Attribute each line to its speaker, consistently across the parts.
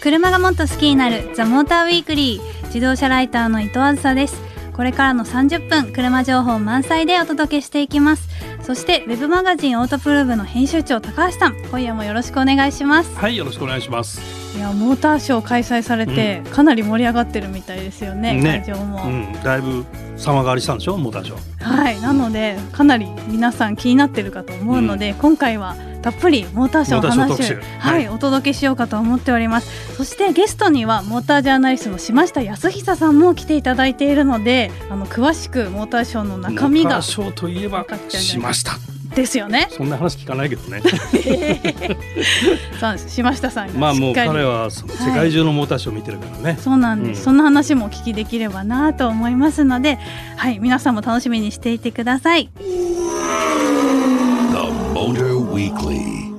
Speaker 1: 車がもっと好きになるザ・モーターウィークリー自動車ライターの伊藤あずさですこれからの30分車情報満載でお届けしていきますそしてウェブマガジンオートプルーブの編集長高橋さん今夜もよろしくお願いします
Speaker 2: はい、よろしくお願いします。
Speaker 1: いやモーターショー開催されて、かなり盛り上がってるみたいですよね
Speaker 2: ね
Speaker 1: 会場も、
Speaker 2: うん、だいぶ様変わりしたんでしょ、モーターショー。
Speaker 1: はいなのでかなり皆さん気になってるかと思うので、今回はたっぷりモーターショーの
Speaker 2: モー
Speaker 1: 話
Speaker 2: ターショー
Speaker 1: を、
Speaker 2: 特集
Speaker 1: はい
Speaker 2: はい
Speaker 1: お届けしようかと思っておりますそしてゲストにはモータージャーナリストの島下康久さんも来ていただいているのであの詳しくモーターショーの中身
Speaker 2: モータ
Speaker 1: が
Speaker 2: ーショーといえば
Speaker 1: 分かっ、ちゃうじ
Speaker 2: し
Speaker 1: ゃない
Speaker 2: ました。
Speaker 1: ですよね
Speaker 2: そんな話聞かないけど ね。
Speaker 1: さあ島下さん
Speaker 2: ま
Speaker 1: が
Speaker 2: あ、
Speaker 1: し
Speaker 2: も
Speaker 1: っ
Speaker 2: う
Speaker 1: かり、
Speaker 2: 彼はそ世界中のモーターショー見てるからね。
Speaker 1: そうなんです、
Speaker 2: うん
Speaker 1: そんな話もお聞きできればなと思いますのではい皆さんも楽しみにしていてください
Speaker 3: The Motor Weekly.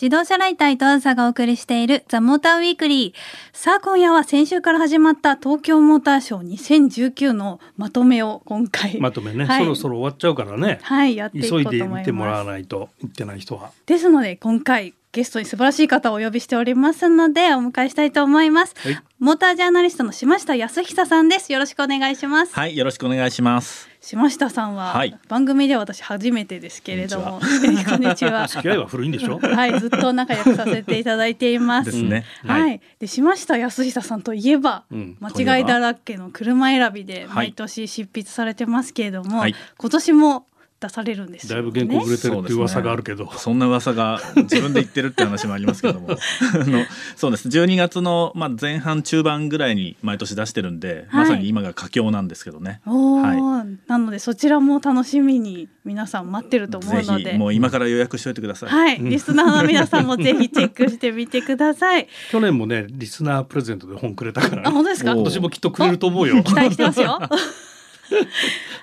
Speaker 1: 自動車ライター伊藤あずさがお送りしているザ・モーターウィークリー。さあ今夜は先週から始まった東京モーターショー2019のまとめを今回、
Speaker 2: まとめね、
Speaker 1: はい
Speaker 2: そろそろ終わっちゃうからね。
Speaker 1: はいやっていこ
Speaker 2: 急
Speaker 1: う
Speaker 2: い
Speaker 1: と思
Speaker 2: で
Speaker 1: います。
Speaker 2: 見てもらわないと、行ってない人は。
Speaker 1: ですので今回ゲストに素晴らしい方をお呼びしておりますのでお迎えしたいと思います。
Speaker 2: はい
Speaker 1: モータージャーナリストの島下康久さんです。よろしくお願いします。
Speaker 4: はい、よろしくお願いします。
Speaker 1: 島下さんは
Speaker 4: はい
Speaker 1: 番組では私初めてですけれども、
Speaker 4: こ
Speaker 1: こんにちは。
Speaker 2: 付き合いは古いんで しょ
Speaker 1: はい、ずっと仲良くさせていただいています。
Speaker 4: ですね
Speaker 1: はい、
Speaker 4: は
Speaker 1: で島下康久さんといえば、
Speaker 2: うん
Speaker 1: 間違いだらけの車選びで
Speaker 4: はい
Speaker 1: 毎年執筆されてますけれども、
Speaker 4: はい
Speaker 1: 今年も出されるんです
Speaker 2: だ
Speaker 1: よ
Speaker 2: い
Speaker 1: ね。
Speaker 2: ぶ原稿くれてる
Speaker 4: そう
Speaker 2: って
Speaker 4: ですね
Speaker 2: 噂があるけど。
Speaker 4: そんな噂が自分で言ってるって話もありますけど も、あのそうです。12月のまあ前半中盤ぐらいに毎年出してるんで、
Speaker 1: はい
Speaker 4: まさに今が佳境なんですけどね。
Speaker 1: おー
Speaker 4: は
Speaker 1: なのでそちらも楽しみに皆さん待ってると思う
Speaker 4: ぜ
Speaker 1: の
Speaker 4: ひ
Speaker 1: で
Speaker 4: も。う今から予約しておいてください。
Speaker 1: はい、リスナーの皆さんもぜひチェックしてみてください。
Speaker 2: 去年もね、リスナープレゼントで本くれたから、
Speaker 1: あ、
Speaker 2: ね。
Speaker 1: 本当ですか。
Speaker 4: お
Speaker 2: 今年もきっとくれると思うよ。
Speaker 1: 期待してますよ。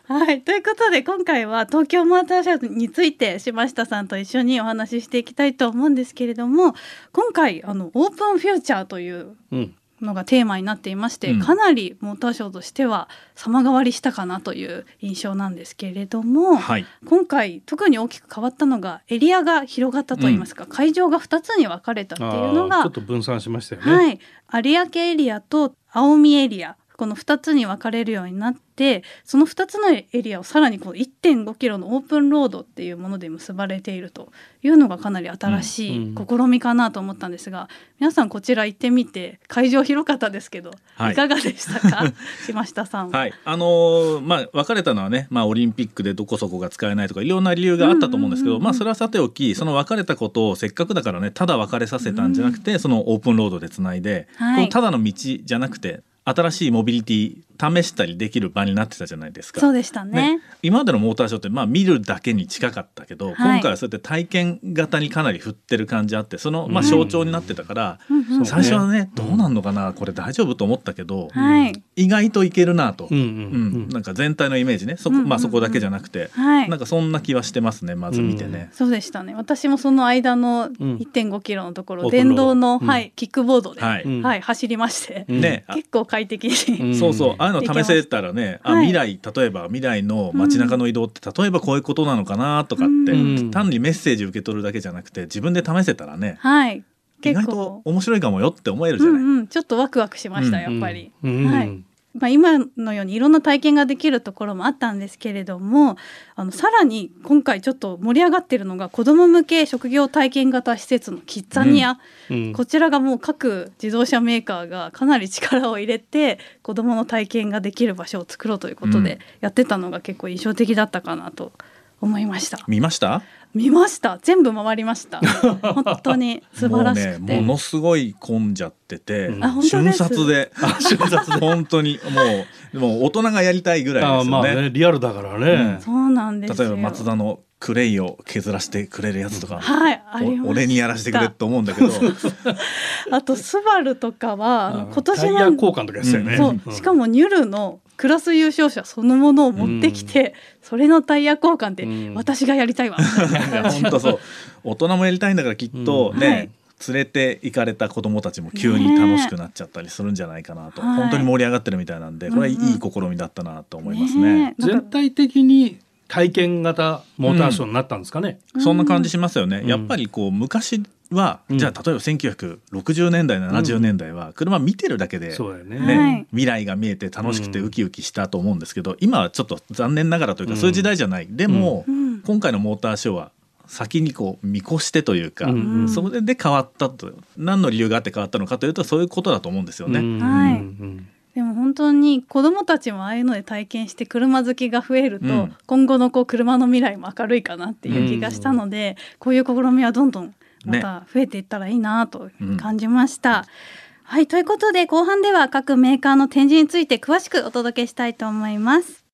Speaker 1: はい、ということで今回は東京モーターショーについて島下さんと一緒にお話ししていきたいと思うんですけれども今回あのオープンフューチャーという
Speaker 2: うん、
Speaker 1: のがテーマになっていまして、
Speaker 4: うん
Speaker 1: かなりモーターショーとしては様変わりしたかなという印象なんですけれども、
Speaker 4: はい。
Speaker 1: 今回特に大きく変わったのがエリアが広がったといいますか、会場が2つに分かれたっていうの
Speaker 2: あーちょ
Speaker 1: が
Speaker 2: っと分散しましたよね。
Speaker 1: はい、有明エリアと青海エリアこの2つに分かれるようになってその2つのエリアをさらにこう1.5キロのオープンロードっていうもので結ばれているというのがかなり新し
Speaker 2: うん
Speaker 1: い
Speaker 2: うん
Speaker 1: 試みかなと思ったんですが、皆さんこちら行ってみて会場広かったですけど、
Speaker 4: はい
Speaker 1: い、かがでし たか島下さんは。
Speaker 4: はい、あのーまあ別れたのはね、まあ、オリンピックでどこそこが使えないとかいろんな理由があったと思うんですけど、
Speaker 1: うんうんうんうん
Speaker 4: まあ、それはさておきその別れたことをせっかくだからねただ別れさせたんじゃなくて、そのオープンロードでつないで、
Speaker 1: はい
Speaker 4: このただの道じゃなくて新しいモビリティ試したりできる場になってたじゃないですか。
Speaker 1: そうでしたね
Speaker 4: 今までのモーターショーってまあ見るだけに近かったけど、
Speaker 1: い
Speaker 4: 今回はそうやって体験型にかなり振ってる感じあってそのまあ
Speaker 2: うん
Speaker 4: 象徴になってたから、
Speaker 1: うんうん
Speaker 2: そう
Speaker 4: 最初はねどうなんのかなこれ大丈夫と思ったけど、
Speaker 1: はい、
Speaker 4: 意外といけるなと、
Speaker 2: うんう
Speaker 4: うん
Speaker 2: うん
Speaker 4: ん、なんか全体のイメージねそ
Speaker 1: うん
Speaker 4: こ,、
Speaker 1: うんうん
Speaker 4: まあ、そこだけじゃなくて、
Speaker 1: はい
Speaker 4: なんかそんな気はしてますねまず見てね。
Speaker 1: そうでしたね私もその間の
Speaker 2: うん
Speaker 1: 1.5キロのところ、
Speaker 2: オープンロード
Speaker 1: 電動の、
Speaker 2: うん
Speaker 1: はい、キックボードで、
Speaker 4: はい、
Speaker 2: うん
Speaker 1: はい、走りまして、
Speaker 2: うん
Speaker 4: ねあ
Speaker 1: 結構快適に、
Speaker 2: ん
Speaker 4: そうそうああいうの試せたらねあ
Speaker 1: はい
Speaker 4: 未来例えば未来の街中の移動って例えばこういうことなのかなとかって、
Speaker 2: うん
Speaker 4: 単にメッセージ受け取るだけじゃなくて自分で試せたらね
Speaker 1: はい
Speaker 4: 意
Speaker 1: 結
Speaker 4: 外
Speaker 1: 構
Speaker 4: と面白いかもよって思える
Speaker 1: う
Speaker 4: じゃない。
Speaker 1: んうんちょっとワクワクしました、
Speaker 4: うん
Speaker 1: やっぱり、
Speaker 2: うんうん
Speaker 1: はいまあ、今のようにいろんな体験ができるところもあったんですけれどもあのさらに今回ちょっと盛り上がってるのが子ども向け職業体験型施設のキッザニア、
Speaker 2: うん
Speaker 1: こちらがもう各自動車メーカーがかなり力を入れて子どもの体験ができる場所を作ろうということ
Speaker 4: うん
Speaker 1: でやってたのが結構印象的だったかなと思いました。
Speaker 4: 見ました
Speaker 1: 見ました全部回りました本当に素晴らしく
Speaker 4: もう
Speaker 1: て、
Speaker 4: ねものすごい混んじゃってて、
Speaker 2: うん
Speaker 1: あ本当で
Speaker 4: 瞬
Speaker 1: す
Speaker 4: 殺で瞬殺で本当にもうもう大人がやりたいぐらい
Speaker 2: あ
Speaker 4: で
Speaker 2: あ
Speaker 4: す
Speaker 2: ま
Speaker 4: よ
Speaker 2: あ
Speaker 4: ね。
Speaker 2: ねリアルだからね、
Speaker 1: そうなんです
Speaker 4: 例
Speaker 1: よ
Speaker 4: えば松田のクレイを削らせてくれるやつとか、
Speaker 1: はいありまし
Speaker 4: お
Speaker 1: た
Speaker 4: 俺にやらせてくれって思うんだけど
Speaker 1: あとスバルとかはあの今
Speaker 2: タイヤ
Speaker 1: 年なん
Speaker 2: 交換とかやってたよね、
Speaker 1: そう、
Speaker 2: ん
Speaker 1: しかもニュルのクラス優勝者そのものを持ってきて、それのタイヤ交換って、
Speaker 2: うん
Speaker 1: 私がやりたいわみたいな感じ
Speaker 4: 本当そう大人もやりたいんだからきっと
Speaker 2: うん
Speaker 4: ね、
Speaker 1: はい
Speaker 4: 連れて行かれた子供たちも急に楽しくなっちゃったりするんじゃないかなと、
Speaker 1: はい
Speaker 4: 本当に盛り上がってるみたいなんでこれはいい
Speaker 1: うんうん
Speaker 4: 試みだったなと 思いますね。
Speaker 1: えな
Speaker 2: 全
Speaker 1: んか
Speaker 2: 体的に体験型モーターショーになったんですかね、
Speaker 4: そんな感じしますよね、
Speaker 2: うん
Speaker 4: やっぱりこう昔は、
Speaker 2: うん
Speaker 4: じゃあ例えば1960年代70年代は車見てるだけで、
Speaker 2: そうだよね。
Speaker 4: ね
Speaker 1: はい
Speaker 4: 未来が見えて楽しくて
Speaker 2: うん
Speaker 4: ウキウキしたと思うんですけど、今はちょっと残念ながらというか、
Speaker 2: うん
Speaker 4: そういう時代じゃないでも、
Speaker 1: うん
Speaker 4: 今回のモーターショーは先にこう見越してというか、
Speaker 2: うん
Speaker 4: それで変わったと何の理由があって変わったのかというとそういうことだと思うんですよね。
Speaker 2: うん
Speaker 1: はい
Speaker 2: うん
Speaker 1: でも本当に子どもたちもああいうので体験して車好きが増えると、
Speaker 4: うん
Speaker 1: 今後のこう車の未来も明るいかなっていう気がしたので、こういう試みはどんどんまた増えていったらいいなと感じました。はいということで後半では各メーカーの展示について詳しくお届けしたいと思います。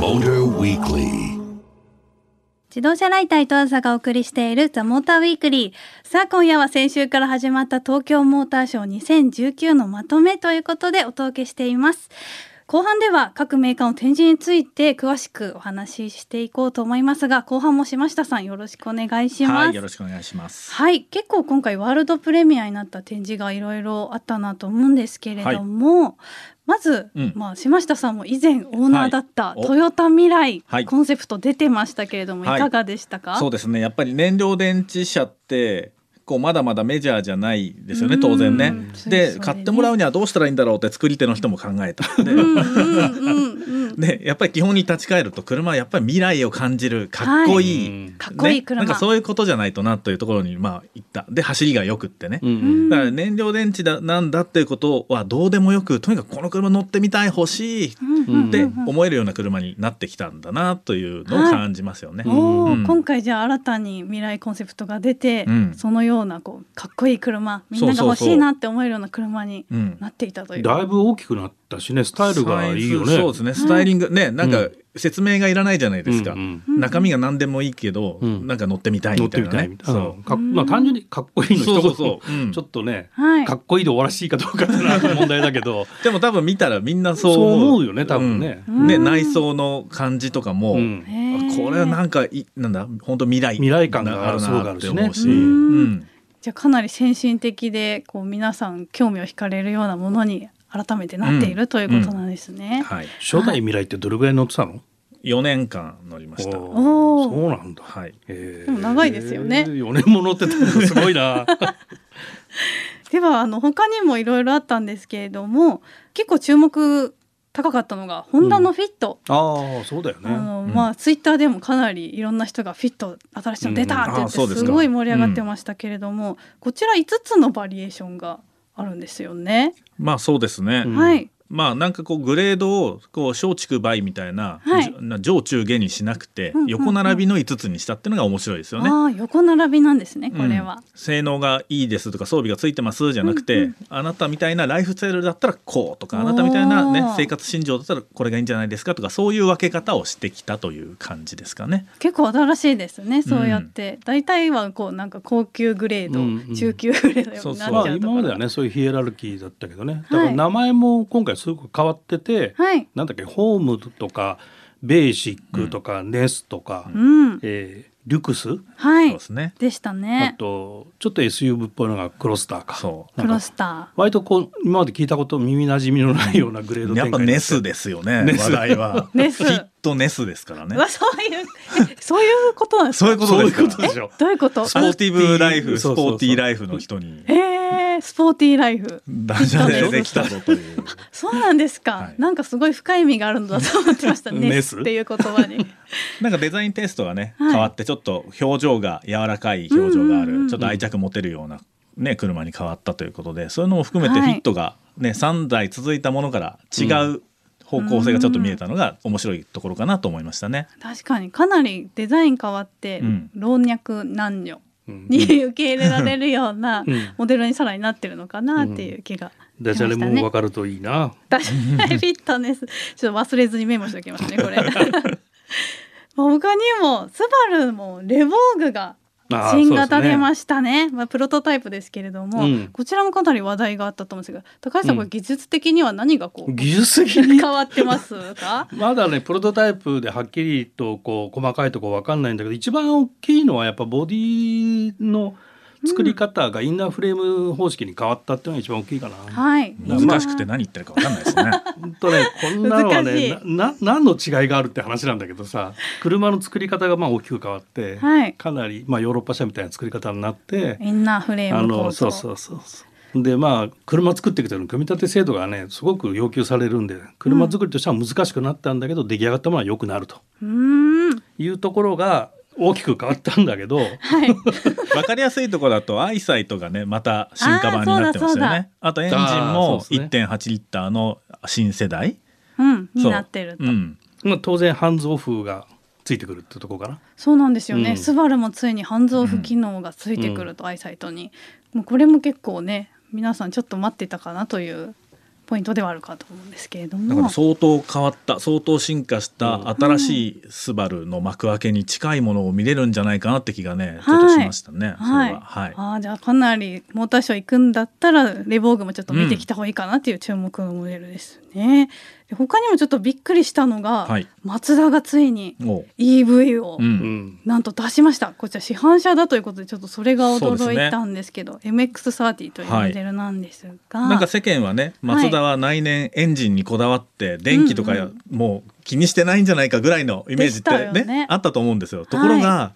Speaker 3: Motor Weekly.
Speaker 1: 自動車ライター伊藤浅がお送りしているザ・モーターウィークリー。さあ、今夜は先週から始まった東京モーターショー2019のまとめということでお届けしています。後半では各メーカーの展示について詳しくお話ししていこうと思いますが、後半も島下さんよろしくお願いします。
Speaker 4: は、
Speaker 1: はいい、
Speaker 4: よろしくお願いします。
Speaker 1: 結構今回ワールドプレミアになった展示がいろいろあったなと思うんですけれども、まず、
Speaker 4: うん
Speaker 1: まあ、島下さんも以前オーナーだった、
Speaker 4: はいお
Speaker 1: トヨタ未来、
Speaker 4: はい
Speaker 1: コンセプト出てましたけれども、
Speaker 4: はい
Speaker 1: いかがでしたか、
Speaker 4: そうですねやっぱり燃料電池車ってこうまだまだメジャーじゃないですよ
Speaker 1: う
Speaker 4: ね
Speaker 1: ん
Speaker 4: 当然ね
Speaker 1: そうで
Speaker 4: です
Speaker 1: よね
Speaker 4: 買ってもらうにはどうしたらいいんだろうって作り手の人も考えたで,、
Speaker 1: うんうんうんうん。
Speaker 4: でやっぱり基本に立ち返ると車はやっぱり未来を感じるかっこいい、
Speaker 2: うん
Speaker 1: かっこいい車。
Speaker 4: ね、なんかそういうことじゃないとなというところにまあ行ったで走りがよくってね、
Speaker 2: うん
Speaker 4: だから燃料電池だなんだっていうことはどうでもよくとにかくこの車乗ってみたい欲しいっ
Speaker 1: うんうんうん
Speaker 4: て思えるような車になってきたんだなというのを感じますよね。
Speaker 1: おお、
Speaker 4: うん
Speaker 1: 今回じゃあ新たに未来コンセプトが出て、
Speaker 4: うん
Speaker 1: そのようなこうかっこいい車みんな
Speaker 4: そ
Speaker 1: が
Speaker 4: う
Speaker 1: 欲
Speaker 4: そうそう
Speaker 1: しいなって思えるような車に
Speaker 4: うん
Speaker 1: なっていたという。
Speaker 2: だいぶ大きくなったしねスタイルがいいよ
Speaker 4: サイズ
Speaker 2: ね。
Speaker 4: そうですね。スタイリングね、なん
Speaker 2: う
Speaker 4: か説明がいらないじゃないですか。
Speaker 2: うんうん
Speaker 1: うん
Speaker 4: 中身が何でもいいけど、
Speaker 2: うん
Speaker 4: なんか乗ってみたい
Speaker 2: 乗っ
Speaker 4: みた
Speaker 2: て
Speaker 4: い
Speaker 2: み
Speaker 4: な
Speaker 2: たい
Speaker 4: ね
Speaker 2: み。たいな。
Speaker 4: そ
Speaker 2: うんかっ
Speaker 1: うん
Speaker 2: まあ単純にかっこいいの一
Speaker 4: そ
Speaker 2: 言
Speaker 4: うそうそううん
Speaker 2: ちょっとね、
Speaker 1: はい
Speaker 2: かっこいいで終わらしいかどうかっていうのは問題だけ ど、
Speaker 4: う。でも多分見たらみんな
Speaker 2: そ
Speaker 4: そうう
Speaker 2: 思うよね多分ね。
Speaker 4: うんね
Speaker 1: うん
Speaker 4: 内装の感じとかも、
Speaker 2: うん
Speaker 1: へー
Speaker 4: これはなんかいなんだ本当未来
Speaker 2: 未来感がある
Speaker 4: な
Speaker 2: すごくあ
Speaker 4: なっ
Speaker 2: る
Speaker 4: て
Speaker 2: し
Speaker 4: 思
Speaker 2: ね
Speaker 4: うし。
Speaker 1: う
Speaker 4: うんん
Speaker 1: じゃあかなり先進的でこう皆さん興味を惹かれるようなものに改めてなっているということなんですね。
Speaker 4: はい。
Speaker 2: 初代未来ってどれぐらい乗ってたの？
Speaker 4: 4年間乗りました。
Speaker 2: おー
Speaker 1: おー
Speaker 2: そうなんだ。
Speaker 4: はい。
Speaker 2: で
Speaker 1: でも長いですよね
Speaker 2: 4年も乗ってたのすごい な。
Speaker 1: ではあの他にもいろいろあったんですけれども結構注目高かったのがホンダのフィット。
Speaker 2: ああそうだよ
Speaker 1: あの
Speaker 4: うん
Speaker 1: まあツイッターでもかなりいろんな人がフィット新しいの出たって
Speaker 4: うん
Speaker 1: 言
Speaker 4: あ
Speaker 1: って
Speaker 4: そうです
Speaker 1: す
Speaker 4: か
Speaker 1: ごい盛り上がってましたけれども、こちら5つのバリエーションがあるんですよね。
Speaker 4: まあそうですね。
Speaker 2: うん
Speaker 1: はい。
Speaker 4: まあなんかこうグレードをこう小畜梅みたいな、
Speaker 1: はい
Speaker 4: じょな上中下にしなくて
Speaker 1: うんうんうん
Speaker 4: 横並びの5つにしたっていうのが面白いですよね。
Speaker 1: ああ横並びなんですね
Speaker 4: うん
Speaker 1: これは。
Speaker 4: 性能がいいですとか装備がついてますじゃなくて、
Speaker 1: うんうん
Speaker 4: あなたみたいなライフスタイルだったらこうとかあなたみたいな、
Speaker 1: お
Speaker 4: ね
Speaker 1: ー、
Speaker 4: 生活信条だったらこれがいいんじゃないですかとかそういう分け方をしてきたという感じですかね。
Speaker 1: 結構新しいですねそうやって、大体はこうなんか高級グレード、
Speaker 2: うんうん
Speaker 1: 中級グレードになっちゃ
Speaker 4: そうう
Speaker 1: と
Speaker 4: そう
Speaker 1: か
Speaker 2: まあ今まではねそういうヒエラルキーだったけどね。だか
Speaker 1: は
Speaker 2: ら
Speaker 1: い
Speaker 2: 名前も今回すごく変わってて、
Speaker 1: はい。
Speaker 2: なんだっけホームとかベーシックとかネスとか、
Speaker 1: うん
Speaker 2: えーリュクス、
Speaker 1: は
Speaker 4: そう
Speaker 1: い
Speaker 4: ですね。
Speaker 1: でした
Speaker 2: あ
Speaker 1: ね。
Speaker 2: とちょっと SUV っぽいのがクロスターか。
Speaker 4: そ
Speaker 1: クロスタ
Speaker 2: 割とこう今まで聞いたこと耳なじみのないようなグレード
Speaker 4: う。やっ
Speaker 2: 展
Speaker 4: ぱ
Speaker 2: 開
Speaker 4: ネ
Speaker 2: です
Speaker 4: ス
Speaker 2: よ
Speaker 4: ですよね。
Speaker 2: ネス
Speaker 4: 話 題は。
Speaker 1: ネス
Speaker 4: フィットネスですから
Speaker 1: ー。
Speaker 4: ね
Speaker 1: う。わそういうえそういうことなんです
Speaker 4: そう
Speaker 1: か。
Speaker 4: いうこと
Speaker 2: そうい
Speaker 4: で
Speaker 2: う
Speaker 4: すから
Speaker 2: ことでしょ。
Speaker 1: どういうこと
Speaker 4: スポ？ーティブライフ、ス
Speaker 2: そうそう
Speaker 4: ポ
Speaker 2: そう
Speaker 4: ーティーライフの人に
Speaker 1: えー、スポーティーライフ。
Speaker 4: ダジャレできたぞと いう。
Speaker 1: そうなんですか、
Speaker 4: はい
Speaker 1: なんかすごい深い意味があるのだと思ってましたね。
Speaker 2: ネ
Speaker 1: ス
Speaker 2: ス
Speaker 1: っていう言葉に。
Speaker 4: なんかデザインテイストがね、
Speaker 1: はい
Speaker 4: 変わってちょっと表情が柔らかい表情があ
Speaker 1: うん
Speaker 4: る、
Speaker 1: うんうん
Speaker 4: ちょっと愛着持てるような、ね、車に変わったということでそういうのも含めて
Speaker 1: は
Speaker 4: フ
Speaker 1: い
Speaker 4: ィットが、ね3台続いたものから違う方向性がちょっと見えたのが面白いところかなと思いましたね。
Speaker 1: 確かにかなりデザイン変わって、
Speaker 4: うん
Speaker 1: 老若男女
Speaker 2: うん
Speaker 1: に受け入れられるような
Speaker 2: うん
Speaker 1: モデルにさらになってるのかなっていう気が
Speaker 2: ダジャレ
Speaker 1: しました
Speaker 2: も
Speaker 1: ね
Speaker 2: わかるといいな。
Speaker 1: 確かにフィットネスちょっと忘れずにメモしておきますね これまあ他にもスバルもレヴォーグが
Speaker 2: あー
Speaker 1: 新型出ま
Speaker 2: そ
Speaker 1: したねまあ、プロトタイプですけれども、
Speaker 2: うん
Speaker 1: こちらもかなり話題があったと思うんですが高橋さんこれ技術的には何がこう、
Speaker 2: うですね技術的
Speaker 1: 変
Speaker 2: に
Speaker 1: わってます か
Speaker 2: まだねプロトタイプではっきりとこう細かいとこわかんないんだけど一番大きいのはやっぱボディの作り方がインナーフレーム方式に変わったっていうのが一番大きいかな。
Speaker 1: はい。
Speaker 4: 難しくて何言ってるか分かんないですね。
Speaker 2: 本当ね、こんなのは
Speaker 1: 難しい
Speaker 2: ね、な、な何の違いがあるって話なんだけどさ。車の作り方がまあ大きく変わって、
Speaker 1: はい
Speaker 2: かなりまあヨーロッパ車みたいな作り方になって。
Speaker 1: インナーフレー
Speaker 2: あ
Speaker 1: ム構造。
Speaker 2: の、そうそうそうそう。でまあ、車作っていくときの組み立て制度がねすごく要求されるんで車作りとしては難しくなったんだけど、出来上がったものは良くなると
Speaker 1: うーん。
Speaker 2: いうところが大きく変わったんだけど、
Speaker 1: はい。
Speaker 4: 分かりやすいとこだとアイサイトがねまた進化版になってますよ
Speaker 1: あーそうだそう
Speaker 4: ね。あとエンジン
Speaker 2: あー
Speaker 4: も
Speaker 2: そうです
Speaker 4: 1.8リッターの新世代
Speaker 1: うん。
Speaker 4: そう
Speaker 1: になってると。
Speaker 4: うん、
Speaker 2: まあ、当然ハンズオフがついてくるってとこかな。
Speaker 1: そうなんですよね、
Speaker 2: うん
Speaker 1: スバルもついに半蔵付機能がついてくると、アイサイトにもうこれも結構ね皆さんちょっと待ってたかなというポイントではあるかと思うんですけれど
Speaker 4: だから
Speaker 1: も
Speaker 4: 相当変わった相当進化した
Speaker 2: う
Speaker 4: 新しいスバルの幕開けに近いものを見れるんじゃないかなって気がねちょっとしましたね。
Speaker 1: は
Speaker 4: そ
Speaker 1: い、
Speaker 4: れははい
Speaker 1: ああじゃあかなりモーターショー行くんだったらレボーグもちょっと見てきた方がいいかなっていう注目のモデルですね、で他にもちょっとびっくりしたのが、
Speaker 4: はい
Speaker 1: マツダがついに
Speaker 4: おう
Speaker 1: EV を、
Speaker 4: うん
Speaker 2: うん
Speaker 1: なんと出しましたこちら市販車だということでちょっとそれが驚いたんですけど MX30 というモデルなんですが、
Speaker 4: なんか世間はねマツダは来年エンジンにこだわって電気と
Speaker 1: うんう
Speaker 4: か
Speaker 1: ん
Speaker 4: もう気にしてないんじゃないかぐらいのイメージって
Speaker 1: でしたよ
Speaker 4: ね
Speaker 1: ね
Speaker 4: あったと思うんですよ。ところが、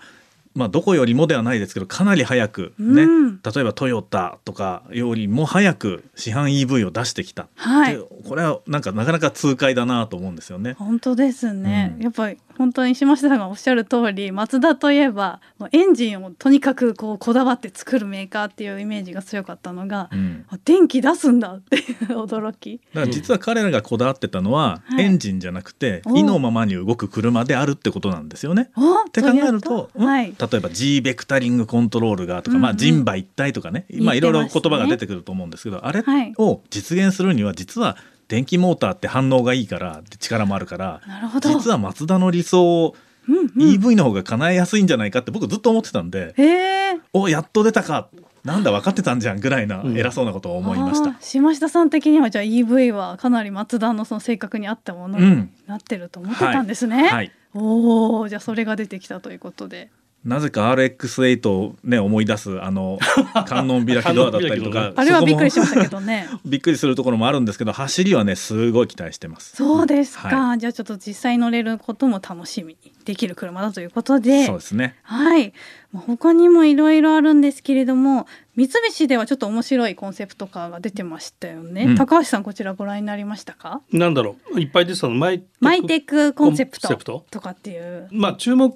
Speaker 4: まあ、どこよりもではないですけどかなり早くね、
Speaker 1: うん
Speaker 4: 例えばトヨタとかよりも早く市販 EV を出してきた、
Speaker 1: はい
Speaker 4: でこれはなんかなかなか痛快だなと思うんですよね。
Speaker 1: 本当ですね、
Speaker 4: うん
Speaker 1: やっぱり本当に島下さんがおっしゃる通りマツダといえばもうエンジンをとにかくこうこだわって作るメーカーっていうイメージが強かったのが、
Speaker 4: うん
Speaker 1: あ電気出すんだっていう驚き
Speaker 4: だから実は彼らがこだわってたのは、
Speaker 1: はい
Speaker 4: エンジンじゃなくて
Speaker 1: お
Speaker 4: 意のままに動く車であるってことなんですよね。
Speaker 1: お
Speaker 4: って考えると、うん
Speaker 1: はい、
Speaker 4: 例えば G ベクタリングコントロールがとか、
Speaker 1: うんうん
Speaker 4: まあ、人馬一体とかね、まあ、い
Speaker 1: 言
Speaker 4: ろ
Speaker 1: っ
Speaker 4: い
Speaker 1: てましたね
Speaker 4: ろ言葉が出てくると思うんですけどあれ
Speaker 1: はい
Speaker 4: を実現するには実は電気モーターって反応がいいから力もあるから
Speaker 1: なるほど
Speaker 4: 実はマツダの理想を
Speaker 1: うんうん
Speaker 4: EV の方が叶えやすいんじゃないかって僕ずっと思ってたんで、
Speaker 1: へー
Speaker 4: おやっと出たかなんだ分かってたんじゃんぐらいな
Speaker 2: うん
Speaker 4: 偉そうなことを思いました。
Speaker 1: あー島下さん的にはじゃあ EV はかなりマツダのその性格に合ったもの
Speaker 4: う
Speaker 1: に
Speaker 4: ん
Speaker 1: なってると思ってたんですね、
Speaker 4: はい
Speaker 1: おおじゃあそれが出てきたということで
Speaker 4: なぜか RX8 をね思い出す あの観音開きドアだったりとか
Speaker 1: あれはびっくりしまし
Speaker 4: そこ
Speaker 1: たけどね
Speaker 4: もびっくりするところもあるんですけど走りはねすごい期待してます。
Speaker 1: そうですか、
Speaker 4: は
Speaker 1: じゃあちょっと実際乗れることも楽しみにできる車だということで
Speaker 4: そうですね。
Speaker 1: はいまあ他にもいろいろあるんですけれども三菱ではちょっと面白いコンセプトカーが出てましたよね、
Speaker 4: うん
Speaker 1: 高橋さんこちらご覧になりましたか
Speaker 2: なんだろういっぱい出てたのマイテク
Speaker 1: マイテクコンセプト
Speaker 2: コンセプト
Speaker 1: とかっていう
Speaker 2: まあ注目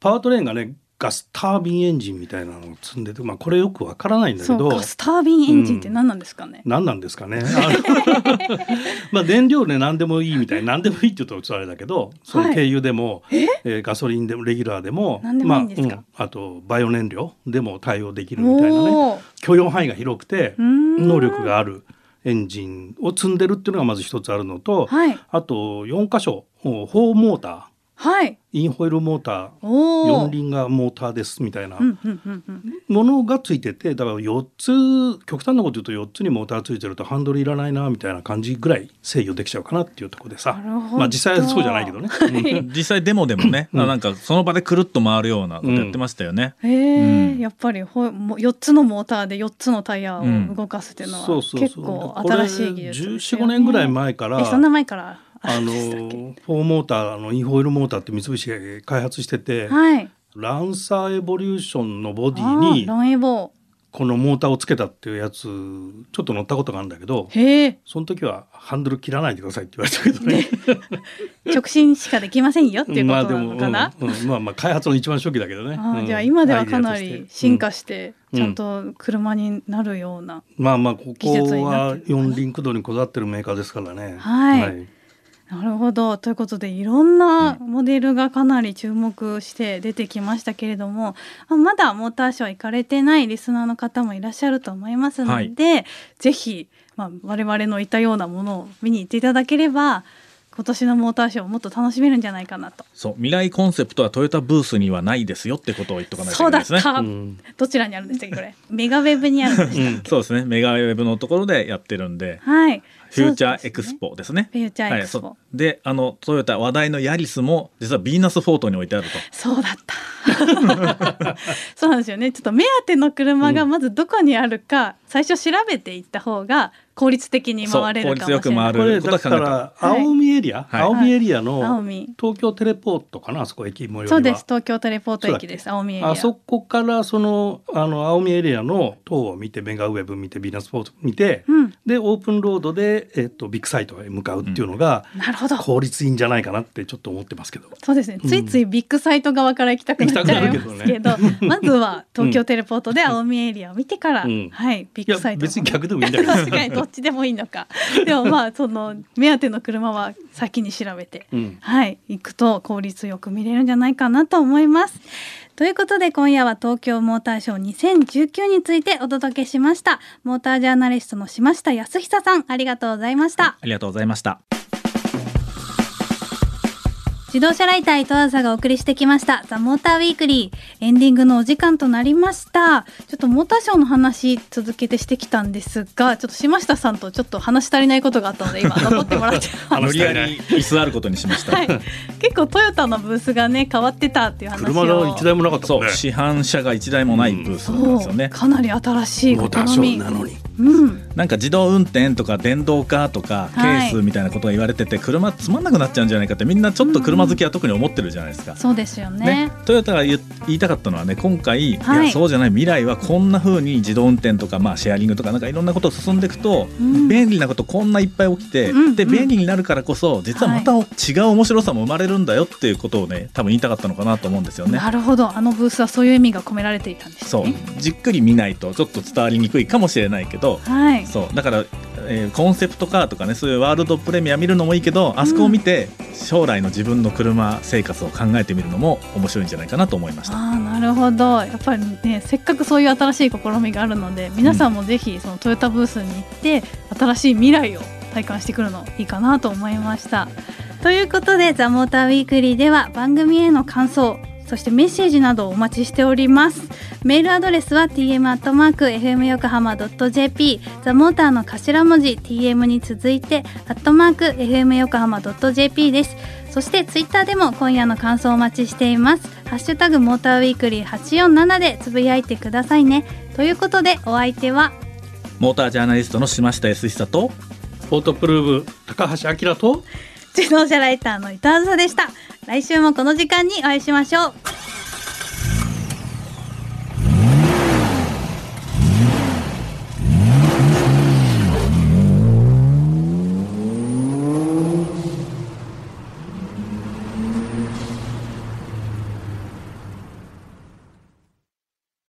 Speaker 2: パワートレーンがねガスタービンエンジンみたいなのを積んでて、まあ、これよくわからないんだけ
Speaker 1: そう
Speaker 2: ど
Speaker 1: ガスタービンエンジンって何なんですかね、
Speaker 2: 何なんですかね。あの まあ燃料で何でもいいみたいな何でもいいって言うとちょっとあれだけどそ
Speaker 1: は
Speaker 2: の
Speaker 1: い
Speaker 2: 軽油でも、えーガソリンでもレギュラーでも
Speaker 1: 何でもいいんですか
Speaker 2: まあうんあとバイオ燃料でも対応できるみたいなね
Speaker 1: おー
Speaker 2: 許容範囲が広くて
Speaker 1: うーん
Speaker 2: 能力があるエンジンを積んでるっていうのがまず一つあるのと、
Speaker 1: はい
Speaker 2: あと4箇所おフォーモーター
Speaker 1: はい
Speaker 2: インホイールモーター
Speaker 1: お
Speaker 2: 4
Speaker 1: お
Speaker 2: 輪がモーターですみたいな
Speaker 1: うんうんうんうん
Speaker 2: ものがついててだから4つ極端なこと言うと4つにモーターついてるとハンドルいらないなみたいな感じぐらい制御できちゃうかなっていうところでさ
Speaker 1: なるほど
Speaker 2: まあ実際はそうじゃないけどね。うん
Speaker 4: 実際デモでもね、
Speaker 2: うん
Speaker 4: あなんかその場でくるっと回るようなことやってましたよね。
Speaker 1: へえ、
Speaker 4: うん
Speaker 1: やっぱりほも4つのモーターで4つのタイヤを動かすっていうのは
Speaker 2: そうそう
Speaker 1: 結
Speaker 2: そう
Speaker 1: 構
Speaker 2: これ
Speaker 1: 新しい技術です
Speaker 2: 1415
Speaker 1: よ、ね、
Speaker 2: 年ぐらい前から
Speaker 1: えそんな前から
Speaker 2: あの
Speaker 1: で
Speaker 2: フ
Speaker 1: したっけ
Speaker 2: ォーモーターのインホイールモーターって三菱が開発してて、
Speaker 1: はい
Speaker 2: ランサーエボリューションのボデ
Speaker 1: あ
Speaker 2: ィ
Speaker 1: ー
Speaker 2: に
Speaker 1: ロンエボ
Speaker 2: このモーターをつけたっていうやつちょっと乗ったことがあるんだけど
Speaker 1: ーへえ
Speaker 2: その時はハンドル切らないでくださいって言われたけどね。
Speaker 1: 直進しかできませんよっていうことなのかな、
Speaker 2: まあでも、うんうんまあまあ開発の一番初期だけどね。
Speaker 1: あー
Speaker 2: うん
Speaker 1: じゃあ今ではかな
Speaker 2: アイデア
Speaker 1: り
Speaker 2: として
Speaker 1: 進化して
Speaker 2: うん
Speaker 1: ちゃんと車になるような、
Speaker 2: うんまあまあここ
Speaker 1: 技術になっ
Speaker 2: は
Speaker 1: てるのかな
Speaker 2: 四輪駆動にこだわってるメーカーですからね。
Speaker 1: はいなるほどということでいろんなモデルがかなり注目して出てきましたけれども、あまだモーターショー行かれてないリスナーの方もいらっしゃると思いますので、ぜひ、まあ、我々のいたようなものを見に行っていただければ今年のモーターショーをもっと楽しめるんじゃないかなと。
Speaker 4: そう未来コンセプトはトヨタブースにはないですよってことを言っとかないとい
Speaker 1: そう
Speaker 4: け
Speaker 1: だ
Speaker 4: な
Speaker 1: っ
Speaker 4: いですね。
Speaker 1: た、
Speaker 2: うん
Speaker 1: どちらにあるんでしたっけこれメガウェブにあるんでしたっけ
Speaker 4: そうですねメガウェブのところでやってるんで
Speaker 1: はい、
Speaker 4: フューチャーエクスポですね。
Speaker 1: フューチャーエクスポ
Speaker 4: はいそうで、あのトヨタ話題のヤリスも実はヴィーナスフォートに置いてあると。
Speaker 1: そうだった。 そうなんですよね。ちょっと目当ての車がまずどこにあるか、最初調べていった方が効率的に回れるかもしれない。
Speaker 4: そう効率よく回
Speaker 2: こ
Speaker 4: る
Speaker 2: れ
Speaker 4: ことは
Speaker 2: だ
Speaker 4: 考えた
Speaker 2: から
Speaker 1: はい
Speaker 2: 青海エリア、
Speaker 4: はい
Speaker 2: 青海エリア
Speaker 1: 青
Speaker 2: の
Speaker 1: 海
Speaker 2: 東京テレポートかなあそこ駅最寄りは
Speaker 1: そうです。東京テレポート駅です。青海エリア。
Speaker 2: あそこからそのあの青海エリアの塔を見てベンガウェブ見てビーナスポート見て、
Speaker 1: うん。
Speaker 2: でオープンロードで、えっとビッグサイトへ向かうっていうのが、
Speaker 1: なるほど。
Speaker 2: 効率いいんじゃないかなってちょっと思ってますけど。
Speaker 1: そうですね。ついついビッグサイト側から行きたくなっちゃいますけど、 まずは東京テレポートで青海エリアを見てから、
Speaker 2: うん
Speaker 1: はい、ビ
Speaker 2: い
Speaker 1: ッ
Speaker 2: や
Speaker 1: グサイト。
Speaker 2: 別に逆でもいいんだけど
Speaker 1: 確かにどっちでもいいのか。でもまあその目当ての車は先に調べて。
Speaker 2: うん
Speaker 1: はい、行くと効率よく見れるんじゃないかなと思います。ということで今夜は東京モーターショー2019についてお届けしました。モータージャーナリストの島下康久さん、ありがとうございました。
Speaker 4: ありがとうございました。
Speaker 1: 自動車ライター伊藤浅がお送りしてきました「ザ・モーターウィークリーエンディングのお時間となりましたちょっとモーターショーの話続けてしてきたんですがちょっと島下さんとちょっと話し足りないことがあったので今残ってもらってま
Speaker 2: あの
Speaker 4: 無理やり椅子あることにしまし
Speaker 1: す
Speaker 4: た。
Speaker 1: はい、結構トヨタのブースがね変わってたっていう話を
Speaker 2: 車の一台もなかった
Speaker 4: そ
Speaker 2: も
Speaker 4: う、
Speaker 2: んね。
Speaker 4: 市販車が一台もないブースなんですよね
Speaker 1: そう。かなり新しい
Speaker 2: モーターシ
Speaker 1: 試
Speaker 2: ョ
Speaker 1: み
Speaker 2: ーなのに。
Speaker 1: うん、
Speaker 4: なんか自動運転とか電動化とかケ
Speaker 1: はい
Speaker 4: ースみたいなことが言われてて、車つまんなくなっちゃうんじゃないかってみんなちょっと車好きは特に思ってるじゃないですか。
Speaker 1: そうですよね
Speaker 4: ね、トヨタが言言いたかったのはね今回、
Speaker 1: はい
Speaker 4: いやそうじゃない未来はこんな風に自動運転とか、まあ、シェアリングとかなんかいろんなことを進んでいくと、
Speaker 1: うん
Speaker 4: 便利なことこんないっぱい起きて、
Speaker 1: うんうん
Speaker 4: で便利になるからこそ実はまた違う面白さも生まれるんだよっていうことをね多分言いたかったのかなと思うんですよね。
Speaker 1: なるほどあのブースはそういう意味が込められていたんです
Speaker 4: そう
Speaker 1: ね
Speaker 4: じっくり見ないとちょっと伝わりにくいかもしれないけど、
Speaker 1: はい
Speaker 4: そうだから、えーコンセプトカーとかねそういうワールドプレミア見るのもいいけどあそこを見て将来の自分の車生活を考えてみるのも面白いんじゃないかなと思いました。
Speaker 1: ああなるほどやっぱりねせっかくそういう新しい試みがあるので皆さんもぜひそのトヨタブースに行って新しい未来を体感してくるのいいかなと思いました。ということで「ザ・モーターウィークリーでは番組への感想そしてメッセージなどをお待ちしております。メールアドレスは tm.fm 横浜 .jp ザ・モーターの頭文字 tm に続いて .fm 横浜 .jp ですそしてツイッターでも今夜の感想をお待ちしていますハッシュタグモーターウィークリー847でつぶやいてくださいねということでお相手は
Speaker 4: モータージャーナリストの島下康久と
Speaker 2: ポートプルーブ高橋明と
Speaker 1: 自動車ライターの伊藤梓でした来週もこの時間にお会いしましょう